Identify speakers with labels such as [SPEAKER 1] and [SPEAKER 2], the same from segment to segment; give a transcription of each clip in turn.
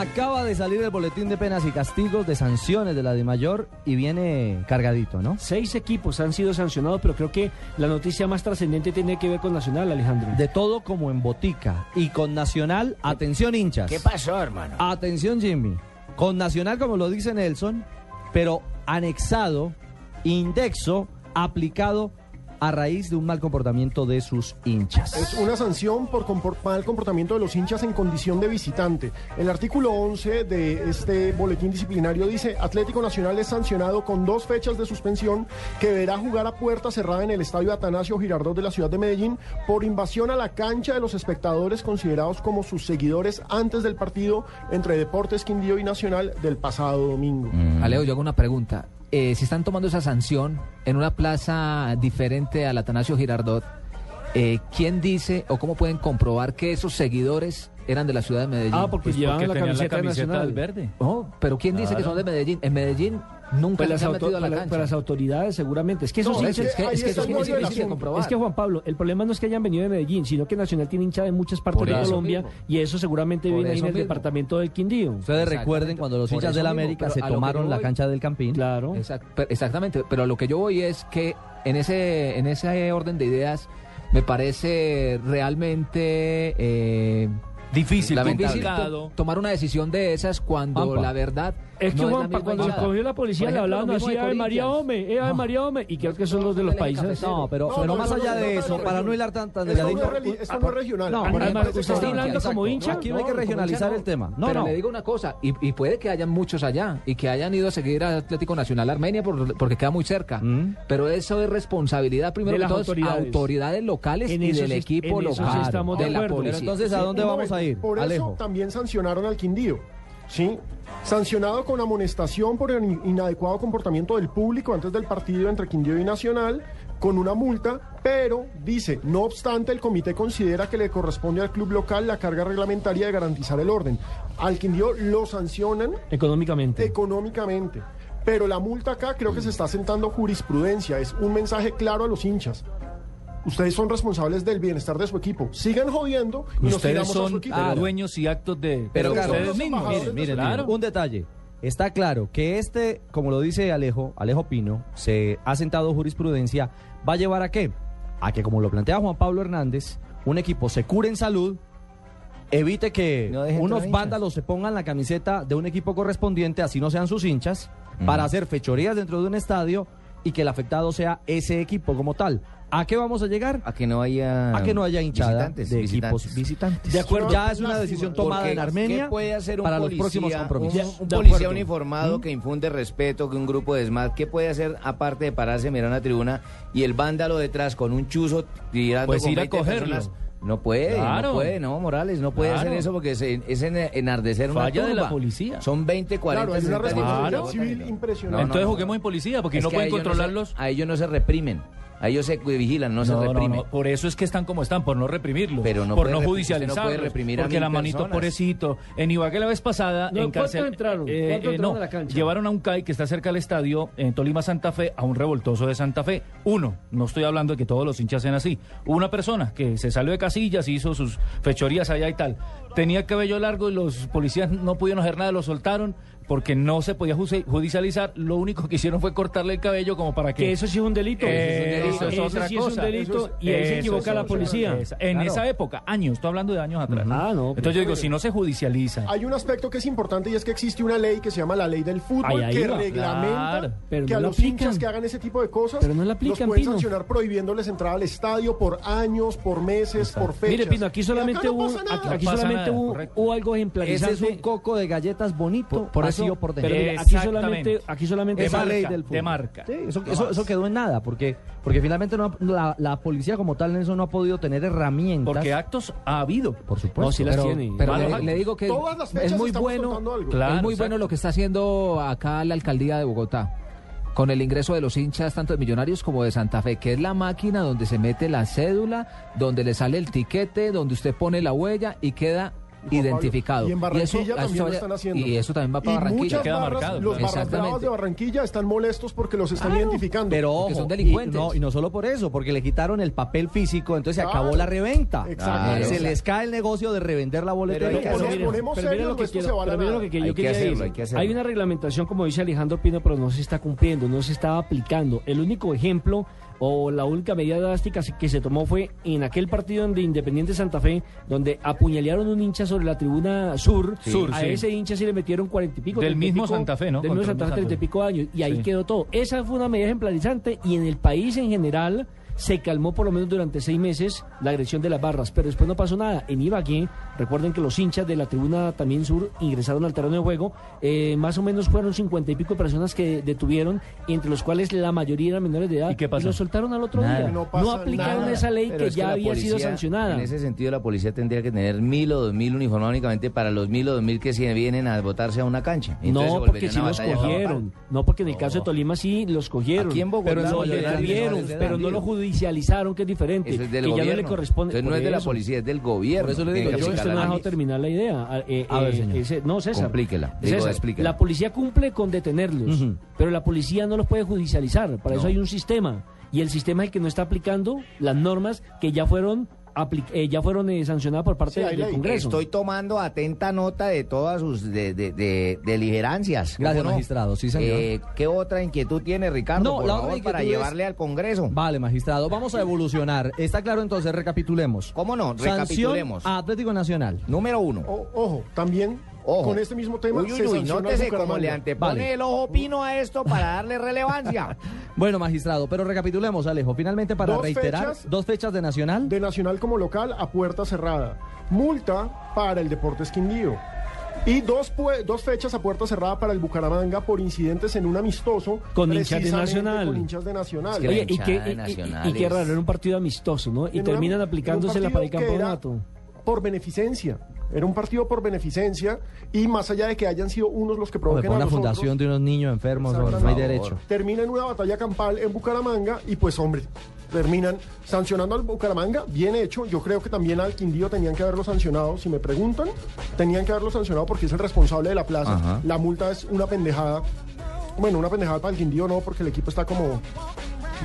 [SPEAKER 1] Acaba de salir el boletín de penas y castigos de sanciones de la de mayor y viene cargadito, ¿no?
[SPEAKER 2] Seis equipos han sido sancionados, pero creo que la noticia más trascendente tiene que ver con Nacional, Alejandro.
[SPEAKER 1] De todo como en botica y con Nacional, atención hinchas.
[SPEAKER 3] ¿Qué pasó, hermano?
[SPEAKER 1] Atención Jimmy, con Nacional como lo dice Nelson, pero anexado, indexo, aplicado a raíz de un mal comportamiento de sus hinchas.
[SPEAKER 4] Es una sanción por compor- mal comportamiento de los hinchas en condición de visitante. El artículo 11 de este boletín disciplinario dice, Atlético Nacional es sancionado con dos fechas de suspensión que deberá jugar a puerta cerrada en el Estadio Atanasio Girardot de la ciudad de Medellín por invasión a la cancha de los espectadores considerados como sus seguidores antes del partido entre Deportes Quindío y Nacional del pasado domingo.
[SPEAKER 3] Mm.
[SPEAKER 5] Aleo, yo hago una pregunta. Eh, si están tomando esa sanción en una plaza diferente al Atanasio Girardot, eh, ¿quién dice o cómo pueden comprobar que esos seguidores eran de la ciudad de Medellín?
[SPEAKER 2] Ah, porque llevaban la, camiseta de Nacional.
[SPEAKER 5] Oh, pero ¿quién dice que son de Medellín? En Medellín nunca
[SPEAKER 2] Pues
[SPEAKER 5] les
[SPEAKER 2] las,
[SPEAKER 5] han
[SPEAKER 2] auto-
[SPEAKER 5] metido a la
[SPEAKER 2] pues
[SPEAKER 5] cancha.
[SPEAKER 2] las autoridades seguramente. Es que esos
[SPEAKER 4] No,
[SPEAKER 2] hinchas-
[SPEAKER 5] es que,
[SPEAKER 4] ahí
[SPEAKER 5] es que eso
[SPEAKER 4] está
[SPEAKER 5] es
[SPEAKER 4] el
[SPEAKER 5] muy
[SPEAKER 4] meollo
[SPEAKER 5] difícil
[SPEAKER 4] del
[SPEAKER 5] de
[SPEAKER 4] asunto.
[SPEAKER 5] comprobar.
[SPEAKER 2] Es que Juan Pablo, el problema no es que hayan venido de Medellín, sino que Nacional tiene hincha de muchas partes
[SPEAKER 5] Por
[SPEAKER 2] de
[SPEAKER 5] eso
[SPEAKER 2] Colombia
[SPEAKER 5] mismo.
[SPEAKER 2] y eso seguramente
[SPEAKER 5] Por
[SPEAKER 2] viene ahí en
[SPEAKER 5] eso
[SPEAKER 2] el
[SPEAKER 5] mismo.
[SPEAKER 2] departamento del Quindío.
[SPEAKER 1] Ustedes
[SPEAKER 5] Exactamente.
[SPEAKER 1] recuerden cuando los
[SPEAKER 5] Por
[SPEAKER 1] hinchas
[SPEAKER 5] eso
[SPEAKER 1] de la
[SPEAKER 5] mismo,
[SPEAKER 1] América
[SPEAKER 5] pero
[SPEAKER 1] se
[SPEAKER 5] a lo que
[SPEAKER 1] tomaron
[SPEAKER 5] yo
[SPEAKER 1] la
[SPEAKER 5] voy-
[SPEAKER 1] cancha del Campín.
[SPEAKER 2] Claro.
[SPEAKER 5] Exact- pe- exactamente, pero lo que yo voy es que en ese en ese orden de ideas me parece realmente eh,
[SPEAKER 6] Difícil,
[SPEAKER 5] lamentable
[SPEAKER 6] complicado.
[SPEAKER 5] to- tomar una decisión de esas cuando
[SPEAKER 1] Juanpa.
[SPEAKER 5] la verdad
[SPEAKER 2] Es que
[SPEAKER 5] no
[SPEAKER 2] Juanpa,
[SPEAKER 5] la misma
[SPEAKER 2] cuando se
[SPEAKER 5] hinchada.
[SPEAKER 2] cogió la policía
[SPEAKER 5] Por
[SPEAKER 2] le
[SPEAKER 5] ejemplo, lo
[SPEAKER 2] hablaban
[SPEAKER 5] mismo
[SPEAKER 2] así,
[SPEAKER 5] de
[SPEAKER 2] Ave María
[SPEAKER 5] Corinthians".
[SPEAKER 2] Home, eh, Ave María Home, y creo que son los de los
[SPEAKER 5] Dele
[SPEAKER 2] países.
[SPEAKER 5] cafecito.
[SPEAKER 1] No, pero,
[SPEAKER 4] No,
[SPEAKER 1] pero
[SPEAKER 4] pero
[SPEAKER 1] más
[SPEAKER 4] eso
[SPEAKER 1] allá
[SPEAKER 4] no
[SPEAKER 1] de
[SPEAKER 4] es
[SPEAKER 1] eso,
[SPEAKER 4] regional.
[SPEAKER 1] para no hilar tan, tan
[SPEAKER 4] Esto
[SPEAKER 1] delgadito.
[SPEAKER 4] no es reli- esto no es regional.
[SPEAKER 1] Ah, No,
[SPEAKER 4] A mí me
[SPEAKER 1] además,
[SPEAKER 4] parece
[SPEAKER 1] usted
[SPEAKER 4] que
[SPEAKER 1] está
[SPEAKER 4] no.
[SPEAKER 1] hablando
[SPEAKER 2] Exacto. como hincha.
[SPEAKER 1] Aquí no hay que
[SPEAKER 2] No, como
[SPEAKER 1] regionalizar
[SPEAKER 2] hincha
[SPEAKER 1] el tema. No,
[SPEAKER 5] pero
[SPEAKER 1] no.
[SPEAKER 5] le digo una cosa, y, y puede que hayan muchos allá y que hayan ido a seguir a Atlético Nacional Armenia por- porque queda muy cerca.
[SPEAKER 1] Mm.
[SPEAKER 5] Pero eso es responsabilidad primero
[SPEAKER 2] De
[SPEAKER 5] que
[SPEAKER 2] las
[SPEAKER 5] todo
[SPEAKER 2] autoridades.
[SPEAKER 5] autoridades. locales
[SPEAKER 2] En
[SPEAKER 5] y
[SPEAKER 2] eso
[SPEAKER 5] del
[SPEAKER 2] sí-
[SPEAKER 5] equipo
[SPEAKER 2] en eso Ah, sí
[SPEAKER 5] local,
[SPEAKER 2] estamos de
[SPEAKER 5] de, la
[SPEAKER 2] acuerdo.
[SPEAKER 5] policía.
[SPEAKER 1] Pero entonces, ¿a dónde
[SPEAKER 4] Un
[SPEAKER 1] vamos a
[SPEAKER 4] momento,
[SPEAKER 1] ir?
[SPEAKER 4] eh, Por
[SPEAKER 1] Alejo.
[SPEAKER 4] eso también sancionaron al Quindío. ¿Sí? Sancionado con amonestación por el in- inadecuado comportamiento del público antes del partido entre Quindío y Nacional, con una multa, pero dice, no obstante, el comité considera que le corresponde al club local la carga reglamentaria de garantizar el orden. Al Quindío lo sancionan
[SPEAKER 2] Económicamente.
[SPEAKER 4] económicamente. Pero la multa acá creo que se está sentando jurisprudencia, es un mensaje claro a los hinchas. Ustedes son responsables del bienestar de su equipo. Sigan jodiendo y nos
[SPEAKER 6] Pues Ustedes
[SPEAKER 4] tiramos a su
[SPEAKER 6] son
[SPEAKER 4] equipo.
[SPEAKER 2] ah,
[SPEAKER 6] dueños y actos de...
[SPEAKER 1] Pero
[SPEAKER 6] de
[SPEAKER 1] claro,
[SPEAKER 6] ustedes mismos.
[SPEAKER 4] embajadores de
[SPEAKER 6] Miren, miren,
[SPEAKER 4] su
[SPEAKER 6] claro.
[SPEAKER 1] Un detalle. Está claro que este, como lo dice Alejo, Alejo Pino, se ha sentado jurisprudencia, va a llevar a qué? A que, como lo plantea Juan Pablo Hernández, un equipo se cure en salud, evite que
[SPEAKER 3] No deje entrar
[SPEAKER 1] unos
[SPEAKER 3] hinchas.
[SPEAKER 1] vándalos se pongan la camiseta de un equipo correspondiente, así no sean sus hinchas,
[SPEAKER 2] Mm.
[SPEAKER 1] para hacer fechorías dentro de un estadio y que el afectado sea ese equipo como tal. ¿A qué vamos a llegar?
[SPEAKER 3] A que no haya...
[SPEAKER 1] A que no haya hinchada de equipos visitantes.
[SPEAKER 4] De acuerdo.
[SPEAKER 1] Ya es una decisión
[SPEAKER 4] Lástima.
[SPEAKER 1] tomada en Armenia
[SPEAKER 3] ¿Qué puede hacer un
[SPEAKER 1] para
[SPEAKER 3] policía,
[SPEAKER 1] los próximos compromisos.
[SPEAKER 3] Un, un
[SPEAKER 2] De
[SPEAKER 3] policía
[SPEAKER 2] acuerdo.
[SPEAKER 3] uniformado
[SPEAKER 6] ¿Mm?
[SPEAKER 3] que infunde respeto, que un grupo de SMAT, ¿qué puede hacer aparte de pararse, mirar una tribuna y el vándalo detrás con un chuzo tirando
[SPEAKER 6] Pues
[SPEAKER 3] con
[SPEAKER 6] ir a
[SPEAKER 3] 20
[SPEAKER 6] cogerlo.
[SPEAKER 3] personas? No puede,
[SPEAKER 6] Claro.
[SPEAKER 3] no puede, no, Morales, no puede
[SPEAKER 6] Claro.
[SPEAKER 3] hacer eso porque se- es en- enardecer una
[SPEAKER 6] Falla de la
[SPEAKER 3] turba.
[SPEAKER 6] policía.
[SPEAKER 3] Son 20, 40,
[SPEAKER 4] Claro, hay una
[SPEAKER 3] 60
[SPEAKER 4] responsabilidad
[SPEAKER 3] personas.
[SPEAKER 4] civil impresionante.
[SPEAKER 3] No, no,
[SPEAKER 6] Entonces
[SPEAKER 3] no.
[SPEAKER 6] juguemos en policía, porque
[SPEAKER 3] Es
[SPEAKER 6] no
[SPEAKER 3] que
[SPEAKER 6] pueden
[SPEAKER 3] a ellos no se-
[SPEAKER 6] controlarlos.
[SPEAKER 3] a ellos no se reprimen, a ellos se vigilan, no, se
[SPEAKER 6] No, no,
[SPEAKER 3] reprimen.
[SPEAKER 6] no, por eso es que están como están, por no reprimirlos,
[SPEAKER 3] Pero no
[SPEAKER 6] por
[SPEAKER 3] puede
[SPEAKER 6] no
[SPEAKER 3] reprimir-
[SPEAKER 6] judicializarlos,
[SPEAKER 3] usted no puede reprimir a
[SPEAKER 6] porque
[SPEAKER 3] mil
[SPEAKER 6] la manito
[SPEAKER 3] personas.
[SPEAKER 6] pobrecito. En Ibagué la vez pasada,
[SPEAKER 2] No,
[SPEAKER 6] en
[SPEAKER 2] ¿cuántos
[SPEAKER 6] cárcel,
[SPEAKER 2] entraron?
[SPEAKER 6] eh,
[SPEAKER 2] ¿Cuántos
[SPEAKER 6] eh,
[SPEAKER 2] entraron
[SPEAKER 6] no,
[SPEAKER 2] a la cancha?
[SPEAKER 6] llevaron a un CAI que está cerca del estadio en Tolima Santa Fe a un revoltoso de Santa Fe. Uno, no estoy hablando de que todos los hinchas sean así. Una persona que se salió de casillas, hizo sus fechorías allá y tal. Tenía cabello largo y los policías no pudieron hacer nada, lo soltaron porque no se podía juci- judicializar. Lo único que hicieron fue cortarle el cabello como para que
[SPEAKER 2] Que eso sí es un delito.
[SPEAKER 6] Eh,
[SPEAKER 2] Eso
[SPEAKER 6] eso es otra
[SPEAKER 2] sí es un
[SPEAKER 6] cosa.
[SPEAKER 2] delito y ahí se
[SPEAKER 6] Eso
[SPEAKER 2] equivoca
[SPEAKER 6] es
[SPEAKER 2] la
[SPEAKER 6] otra
[SPEAKER 2] policía.
[SPEAKER 6] cosa. En esa época, años, estoy hablando de años atrás.
[SPEAKER 2] Ah, no,
[SPEAKER 6] Entonces yo digo, si no se judicializa,
[SPEAKER 4] Hay un aspecto que es importante y es que existe una ley que se llama la ley del
[SPEAKER 2] Ay,
[SPEAKER 4] fútbol
[SPEAKER 2] ahí
[SPEAKER 4] que
[SPEAKER 2] va.
[SPEAKER 4] reglamenta
[SPEAKER 6] Claro,
[SPEAKER 2] pero
[SPEAKER 4] que
[SPEAKER 2] no
[SPEAKER 4] a
[SPEAKER 2] la
[SPEAKER 4] los
[SPEAKER 2] aplican.
[SPEAKER 4] hinchas que hagan ese tipo de cosas
[SPEAKER 2] Pero no la aplican,
[SPEAKER 4] los pueden
[SPEAKER 2] Pino.
[SPEAKER 4] sancionar prohibiéndoles entrar al estadio por años, por meses, por fechas.
[SPEAKER 2] Mire, Pino, aquí
[SPEAKER 4] Y acá
[SPEAKER 2] solamente
[SPEAKER 4] no
[SPEAKER 2] hubo,
[SPEAKER 4] pasa nada.
[SPEAKER 2] aquí
[SPEAKER 6] No pasa
[SPEAKER 2] solamente solamente
[SPEAKER 6] nada,
[SPEAKER 2] hubo,
[SPEAKER 6] correcto.
[SPEAKER 2] hubo algo ejemplarizante.
[SPEAKER 1] Ese es un coco de galletas bonito,
[SPEAKER 5] Por- por
[SPEAKER 1] vacío
[SPEAKER 5] eso-
[SPEAKER 1] por
[SPEAKER 2] Pero
[SPEAKER 1] dentro.
[SPEAKER 2] mire, aquí solamente,
[SPEAKER 6] Exactamente.
[SPEAKER 2] aquí solamente
[SPEAKER 6] De
[SPEAKER 2] esa
[SPEAKER 6] marca,
[SPEAKER 2] ley del
[SPEAKER 6] de
[SPEAKER 2] fútbol.
[SPEAKER 6] marca.
[SPEAKER 1] Sí, eso, eso- eso quedó en nada, porque, porque finalmente no ha- la, la policía como tal, Nelson, no ha podido tener herramientas.
[SPEAKER 6] Porque actos ha habido.
[SPEAKER 1] por supuesto.
[SPEAKER 2] No, sí las
[SPEAKER 5] Pero,
[SPEAKER 2] tiene.
[SPEAKER 5] pero
[SPEAKER 6] Malos
[SPEAKER 5] le,
[SPEAKER 6] actos.
[SPEAKER 5] le digo que es-
[SPEAKER 4] Todas las
[SPEAKER 5] es
[SPEAKER 4] fechas
[SPEAKER 5] muy
[SPEAKER 4] estamos
[SPEAKER 5] bueno,
[SPEAKER 4] contando algo.
[SPEAKER 6] Claro,
[SPEAKER 5] es muy bueno
[SPEAKER 6] exacto.
[SPEAKER 5] lo que está haciendo acá la alcaldía de Bogotá con el ingreso de los hinchas tanto de Millonarios como de Santa Fe, que es la máquina donde se mete la cédula, donde le sale el tiquete, donde usted pone la huella y queda
[SPEAKER 4] Juan
[SPEAKER 5] identificado.
[SPEAKER 4] Pablo. Y en
[SPEAKER 5] eso-
[SPEAKER 4] Barranquilla también
[SPEAKER 5] eso-
[SPEAKER 4] lo están haciendo.
[SPEAKER 5] y eso también va para
[SPEAKER 4] Y
[SPEAKER 5] Barranquilla.
[SPEAKER 4] muchas
[SPEAKER 6] queda
[SPEAKER 4] barras,
[SPEAKER 6] marcado,
[SPEAKER 4] Los
[SPEAKER 6] claro.
[SPEAKER 4] barras bravas
[SPEAKER 5] Exactamente.
[SPEAKER 4] de Barranquilla están molestos porque los están identificando.
[SPEAKER 1] Pero
[SPEAKER 5] Porque
[SPEAKER 1] ojo,
[SPEAKER 5] son
[SPEAKER 1] y
[SPEAKER 5] delincuentes.
[SPEAKER 1] no- Y no, solo por eso, porque le quitaron el papel físico, entonces se
[SPEAKER 4] Claro.
[SPEAKER 1] acabó la reventa.
[SPEAKER 4] Exacto.
[SPEAKER 1] Se
[SPEAKER 3] Claro.
[SPEAKER 1] les cae el negocio de revender la
[SPEAKER 4] Pero
[SPEAKER 1] boletería.
[SPEAKER 4] hay que hacer-
[SPEAKER 1] Eso-
[SPEAKER 4] nos ponemos
[SPEAKER 2] pero mira
[SPEAKER 4] serios,
[SPEAKER 2] lo que
[SPEAKER 4] esto
[SPEAKER 2] quiero-
[SPEAKER 4] se va a
[SPEAKER 2] pero
[SPEAKER 4] la
[SPEAKER 2] mira
[SPEAKER 4] nada.
[SPEAKER 2] lo que yo
[SPEAKER 3] Hay que
[SPEAKER 2] quería
[SPEAKER 3] hacerlo,
[SPEAKER 2] decir.
[SPEAKER 3] hay que hacerlo.
[SPEAKER 2] Hay una reglamentación, como dice Alejandro Pino, pero no se está cumpliendo, no se está aplicando. El único ejemplo o la única medida drástica que se tomó fue en aquel partido de Independiente Santa Fe, donde apuñalearon un hincha sobre la tribuna sur.
[SPEAKER 6] Sur,
[SPEAKER 2] a
[SPEAKER 6] sí.
[SPEAKER 2] ese hincha se le metieron cuarenta y pico.
[SPEAKER 6] Del
[SPEAKER 2] 30 y
[SPEAKER 6] mismo
[SPEAKER 2] pico-
[SPEAKER 6] Santa Fe, ¿no?
[SPEAKER 2] Del mismo
[SPEAKER 6] Contra
[SPEAKER 2] Santa
[SPEAKER 6] el
[SPEAKER 2] Fe,
[SPEAKER 6] mismo
[SPEAKER 2] treinta y
[SPEAKER 6] Santa
[SPEAKER 2] pico
[SPEAKER 6] Fe.
[SPEAKER 2] años. Y ahí
[SPEAKER 6] Sí.
[SPEAKER 2] quedó todo. Esa fue una medida ejemplarizante y en el país en general se calmó por lo menos durante seis meses la agresión de las barras, pero después no pasó nada. En Ibagué, recuerden que los hinchas de la tribuna también sur ingresaron al terreno de juego, eh, más o menos fueron cincuenta y pico de personas que detuvieron, entre los cuales la mayoría eran menores de edad,
[SPEAKER 6] ¿Y qué pasó?
[SPEAKER 2] los soltaron al otro
[SPEAKER 6] Nada.
[SPEAKER 2] día.
[SPEAKER 4] No
[SPEAKER 2] No,
[SPEAKER 4] pasa
[SPEAKER 2] aplicaron
[SPEAKER 4] nada.
[SPEAKER 2] esa ley
[SPEAKER 3] Pero
[SPEAKER 2] que
[SPEAKER 3] es
[SPEAKER 2] ya
[SPEAKER 3] la
[SPEAKER 2] había sido
[SPEAKER 3] policía,
[SPEAKER 2] sancionada.
[SPEAKER 3] En ese sentido, la policía tendría que tener mil o dos mil uniformados únicamente para los mil o dos mil que se vienen a botarse a una cancha. Entonces, se
[SPEAKER 2] No,
[SPEAKER 3] volvería
[SPEAKER 2] porque
[SPEAKER 3] una
[SPEAKER 2] sí los
[SPEAKER 3] batalla campal.
[SPEAKER 2] cogieron. No, porque en el caso de Tolima sí los cogieron.
[SPEAKER 3] Aquí en Bogotá
[SPEAKER 2] pero
[SPEAKER 3] los
[SPEAKER 2] lo
[SPEAKER 3] millonarios
[SPEAKER 2] detuvieron,
[SPEAKER 3] no les dan
[SPEAKER 2] pero no
[SPEAKER 3] miedo.
[SPEAKER 2] lo judicializaron, que es diferente.
[SPEAKER 3] Eso es del
[SPEAKER 2] que
[SPEAKER 3] gobierno.
[SPEAKER 2] ya no le corresponde.
[SPEAKER 3] Entonces, no
[SPEAKER 2] por
[SPEAKER 3] es de la
[SPEAKER 2] eso.
[SPEAKER 3] policía, es del gobierno.
[SPEAKER 1] Por eso le
[SPEAKER 3] Tiene
[SPEAKER 1] digo,
[SPEAKER 3] que
[SPEAKER 1] yo
[SPEAKER 2] Usted
[SPEAKER 3] aplicar
[SPEAKER 2] no
[SPEAKER 3] la
[SPEAKER 2] ha dejado
[SPEAKER 3] ley.
[SPEAKER 2] terminar la idea. Ah, eh,
[SPEAKER 1] A ver,
[SPEAKER 2] eh,
[SPEAKER 1] señor.
[SPEAKER 2] ese- no, César.
[SPEAKER 3] Complíquela, digo,
[SPEAKER 2] César,
[SPEAKER 3] explíquela.
[SPEAKER 2] la policía cumple con detenerlos,
[SPEAKER 1] Ujú.
[SPEAKER 2] pero la policía no los puede judicializar. Para
[SPEAKER 3] No.
[SPEAKER 2] eso hay un sistema. Y el sistema es el que no está aplicando las normas que ya fueron apli- eh, ya fueron eh, sancionadas por parte
[SPEAKER 4] Sí, hay
[SPEAKER 2] del
[SPEAKER 4] ley.
[SPEAKER 2] Congreso.
[SPEAKER 3] Estoy tomando atenta nota de todas sus de, de, de- deliberancias. ¿cómo
[SPEAKER 1] Gracias, magistrado. Sí, señor.
[SPEAKER 3] Eh, ¿Qué otra inquietud tiene Ricardo?
[SPEAKER 1] No,
[SPEAKER 3] por
[SPEAKER 1] la otra
[SPEAKER 3] favor, para
[SPEAKER 1] inquietud es-
[SPEAKER 3] llevarle al Congreso.
[SPEAKER 1] Vale, magistrado, vamos a evolucionar. Está claro entonces, recapitulemos.
[SPEAKER 3] ¿Cómo no? Recapitulemos.
[SPEAKER 1] Sanción a Atlético Nacional.
[SPEAKER 3] Número uno.
[SPEAKER 4] O- ojo, también
[SPEAKER 3] Ojo.
[SPEAKER 4] con este mismo tema
[SPEAKER 3] Uy, uy,
[SPEAKER 4] se
[SPEAKER 3] uy,
[SPEAKER 4] sanciona a
[SPEAKER 3] nótese cómo
[SPEAKER 4] Bucaramanga.
[SPEAKER 3] le antepone
[SPEAKER 1] Vale.
[SPEAKER 3] el ojo pino a esto para darle relevancia.
[SPEAKER 1] Bueno, magistrado, pero recapitulemos, Alejo. Finalmente, para
[SPEAKER 4] Dos
[SPEAKER 1] reiterar,
[SPEAKER 4] fechas-
[SPEAKER 1] dos fechas de Nacional.
[SPEAKER 4] de Nacional como local a puerta cerrada. Multa para el Deportes Quindío. Y dos, pue- dos fechas a puerta cerrada para el Bucaramanga por incidentes en un amistoso.
[SPEAKER 2] Con hinchas de
[SPEAKER 4] precisamente
[SPEAKER 2] Nacional.
[SPEAKER 4] Con hinchas de Nacional.
[SPEAKER 3] Es que la
[SPEAKER 2] Oye, y
[SPEAKER 3] hinchada
[SPEAKER 2] qué,
[SPEAKER 3] de
[SPEAKER 2] y- y-
[SPEAKER 3] Nacionales.
[SPEAKER 2] y qué raro, era un partido amistoso, ¿no? Y
[SPEAKER 4] En
[SPEAKER 2] terminan
[SPEAKER 4] una- en
[SPEAKER 2] aplicándosela
[SPEAKER 4] un
[SPEAKER 2] para el
[SPEAKER 4] partido que era
[SPEAKER 2] campeonato.
[SPEAKER 4] Por beneficencia. Era un partido por beneficencia y más allá de que hayan sido unos los que
[SPEAKER 1] Hombre,
[SPEAKER 4] provoquen
[SPEAKER 1] por
[SPEAKER 4] a
[SPEAKER 1] una
[SPEAKER 4] los
[SPEAKER 1] fundación de
[SPEAKER 4] otros,
[SPEAKER 1] unos niños enfermos, hombre, no hay
[SPEAKER 4] Exactamente.
[SPEAKER 1] derecho.
[SPEAKER 4] termina en una batalla campal en Bucaramanga y pues hombre, terminan sancionando al Bucaramanga, bien hecho, yo creo que también al Quindío tenían que haberlo sancionado, si me preguntan, tenían que haberlo sancionado porque es el responsable de la plaza,
[SPEAKER 3] Ajá.
[SPEAKER 4] la multa es una pendejada, bueno, una pendejada para el Quindío no, porque el equipo está como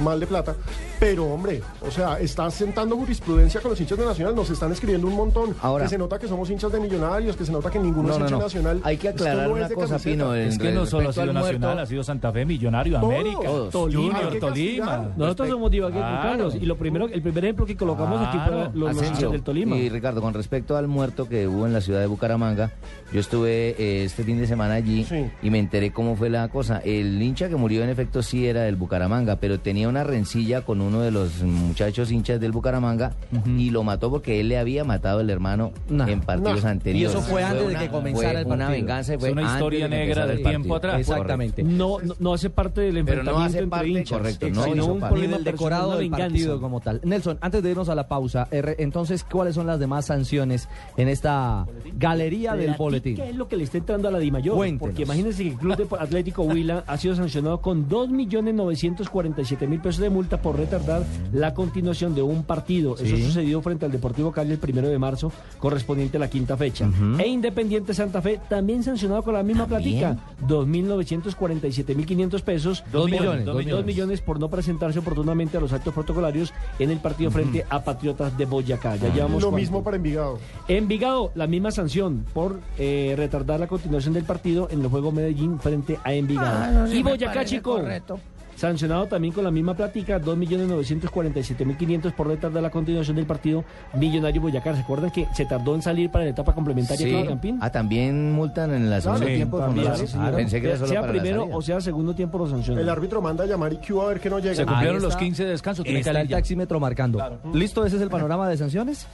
[SPEAKER 4] mal de plata, pero hombre, o sea, está sentando jurisprudencia con los hinchas de Nacional, nos están escribiendo un montón,
[SPEAKER 3] Ahora-
[SPEAKER 4] que se nota que somos hinchas de millonarios, que se nota que ninguno es hincha de Nacional,
[SPEAKER 3] Hay que
[SPEAKER 4] Esto
[SPEAKER 3] aclarar
[SPEAKER 4] no es
[SPEAKER 3] una
[SPEAKER 4] de
[SPEAKER 3] cosa,
[SPEAKER 4] camiseta.
[SPEAKER 3] Pino. eh, en
[SPEAKER 6] Es que no solo
[SPEAKER 3] respecto
[SPEAKER 6] ha
[SPEAKER 3] al
[SPEAKER 6] sido Nacional,
[SPEAKER 3] muerto,
[SPEAKER 6] ha sido Santa Fe, Millonario,
[SPEAKER 4] Todos.
[SPEAKER 6] América,
[SPEAKER 3] Todos.
[SPEAKER 4] Hay que
[SPEAKER 6] Junior, Tolima.
[SPEAKER 4] castigar.
[SPEAKER 2] Nosotros somos de Ibagué,
[SPEAKER 6] Claro.
[SPEAKER 2] claros. Y lo primero, el primer ejemplo que colocamos aquí
[SPEAKER 6] Claro.
[SPEAKER 2] fue los, los
[SPEAKER 3] Asensio,
[SPEAKER 2] hinchas del Tolima.
[SPEAKER 3] Y Ricardo, con respecto al muerto que hubo en la ciudad de Bucaramanga, yo estuve eh, este fin de semana allí
[SPEAKER 4] Sí.
[SPEAKER 3] y me enteré cómo fue la cosa. El hincha que murió en efecto sí era del Bucaramanga, pero tenía una rencilla con uno de los muchachos hinchas del Bucaramanga y lo mató porque él le había matado el hermano
[SPEAKER 1] Nah.
[SPEAKER 3] en partidos
[SPEAKER 4] Nah.
[SPEAKER 3] anteriores.
[SPEAKER 1] Y eso fue antes de que comenzara
[SPEAKER 3] fue
[SPEAKER 1] el
[SPEAKER 3] Una
[SPEAKER 1] partido.
[SPEAKER 3] venganza y fue
[SPEAKER 6] Es una
[SPEAKER 3] antes
[SPEAKER 6] historia
[SPEAKER 3] de que
[SPEAKER 6] negra
[SPEAKER 3] empezara
[SPEAKER 6] de
[SPEAKER 3] el partido.
[SPEAKER 6] tiempo atrás.
[SPEAKER 1] Exactamente.
[SPEAKER 2] No, no, no hace parte del
[SPEAKER 3] Pero
[SPEAKER 2] enfrentamiento
[SPEAKER 3] no hace
[SPEAKER 2] entre
[SPEAKER 3] parte-
[SPEAKER 2] hinchas.
[SPEAKER 3] correcto, no
[SPEAKER 2] sino
[SPEAKER 3] hizo
[SPEAKER 2] un
[SPEAKER 3] parte.
[SPEAKER 1] Ni
[SPEAKER 2] problema
[SPEAKER 1] del
[SPEAKER 2] personal, una
[SPEAKER 1] decorado del
[SPEAKER 2] venganza.
[SPEAKER 1] partido como tal. Nelson, antes de irnos a la pausa, R, entonces, ¿cuáles son las demás sanciones en esta galería del
[SPEAKER 2] Platica
[SPEAKER 1] boletín?
[SPEAKER 2] es lo que le está entrando a la DIMAYOR?
[SPEAKER 1] Cuéntenos.
[SPEAKER 2] Porque imagínense que el Club de Atlético Huila ha sido sancionado con 2.947.000 pesos de multa por retardar la continuación de un partido. Eso sucedió frente al Deportivo Cali el primero de marzo, correspondiente a la quinta fecha. E Independiente Santa Fe también sancionado con la misma platica, 2.947.500 pesos.
[SPEAKER 6] Dos
[SPEAKER 2] por-
[SPEAKER 6] millones, dos
[SPEAKER 2] dos
[SPEAKER 6] millones.
[SPEAKER 2] millones por no presentarse oportunamente a los actos protocolarios en el partido frente a Patriotas de Boyacá.
[SPEAKER 6] Ah.
[SPEAKER 2] Ya llevamos
[SPEAKER 4] Lo
[SPEAKER 2] cuánto?
[SPEAKER 4] mismo para Envigado.
[SPEAKER 2] Envigado, la misma sanción por eh, retardar la continuación del partido en el juego Medellín frente a Envigado. y Boyacá, chico. Sancionado también con la misma plática, 2.947.500 por retardar la continuación del partido Millonario Boyacá. ¿Se acuerdan que se tardó en salir para la etapa complementaria
[SPEAKER 3] Sí.
[SPEAKER 2] con el Campín?
[SPEAKER 3] Ah, también multan en la segunda
[SPEAKER 6] Sí,
[SPEAKER 3] tiempo.
[SPEAKER 4] también,
[SPEAKER 3] Fernando?
[SPEAKER 4] sí, señor.
[SPEAKER 3] Pensé que era solo
[SPEAKER 2] sea
[SPEAKER 3] para la
[SPEAKER 2] primero
[SPEAKER 3] salida.
[SPEAKER 2] o sea segundo tiempo lo sancionan.
[SPEAKER 4] El árbitro manda a llamar IQ a ver que no llega.
[SPEAKER 6] Se cumplieron
[SPEAKER 1] Ahí
[SPEAKER 6] los
[SPEAKER 1] está.
[SPEAKER 6] 15 de descanso. tiene que
[SPEAKER 1] Está
[SPEAKER 6] salir
[SPEAKER 1] el
[SPEAKER 6] ya.
[SPEAKER 1] taxímetro marcando. ¿Listo? ¿Ese es el panorama de sanciones?